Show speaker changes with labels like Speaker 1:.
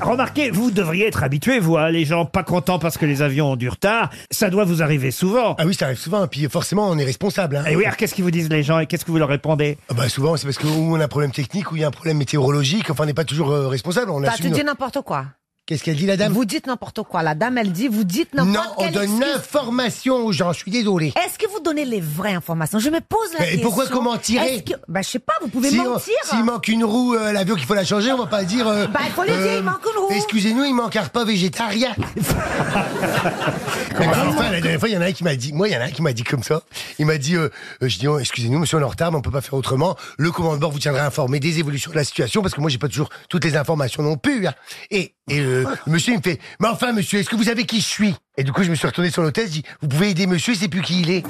Speaker 1: remarquez, vous devriez être habitué, vous, hein, les gens pas contents parce que les avions ont du retard. Ça doit vous arriver souvent.
Speaker 2: Ah oui, ça arrive souvent, et puis forcément, on est responsable. hein.
Speaker 3: Eh
Speaker 1: Et oui, alors qu'est-ce qu'ils vous disent les gens et qu'est-ce que vous leur répondez
Speaker 2: Ah bah, souvent, c'est parce que ou on a un problème technique, ou il y a un problème météorologique, enfin, on n'est pas toujours euh, responsable. On
Speaker 3: Bah,
Speaker 2: assume
Speaker 3: tu dis
Speaker 2: nos-
Speaker 3: n'importe quoi.
Speaker 2: Qu'est-ce qu'elle dit, la dame
Speaker 3: Vous dites n'importe quoi. La dame, elle dit, vous dites
Speaker 2: Non,
Speaker 3: n'importe
Speaker 2: on
Speaker 3: quelle
Speaker 2: donne
Speaker 3: excuse.
Speaker 2: l'information aux gens, je suis désolé.
Speaker 3: Est-ce que vous donnez les vraies informations Je me pose la
Speaker 2: Mais
Speaker 3: question.
Speaker 2: pourquoi comment tirer
Speaker 3: Est-ce que... Bah, je sais pas, vous pouvez
Speaker 2: Si on-
Speaker 3: mentir.
Speaker 2: S'il manque une roue, euh, l'avion qu'il faut la changer, on va pas dire. euh,
Speaker 3: Bah, il faut le dire, il manque une roue.
Speaker 2: Excusez-nous, il manque un repas végétarien. Mais enfin, la dernière fois, il y en a un qui m'a dit, moi, il y en a un qui m'a dit comme ça. Il m'a dit, euh, euh, je dis, oh, excusez-nous, monsieur, on est en retard, mais on peut pas faire autrement. Le commandant de bord vous tiendra informé des évolutions de la situation, parce que moi, j'ai pas toujours toutes les informations non plus. hein. Et, et euh, le monsieur, il me fait, mais enfin, monsieur, est-ce que vous savez qui je suis Et du coup, je me suis retourné sur l'hôtel, je dis, vous pouvez aider monsieur, je sais plus qui il est.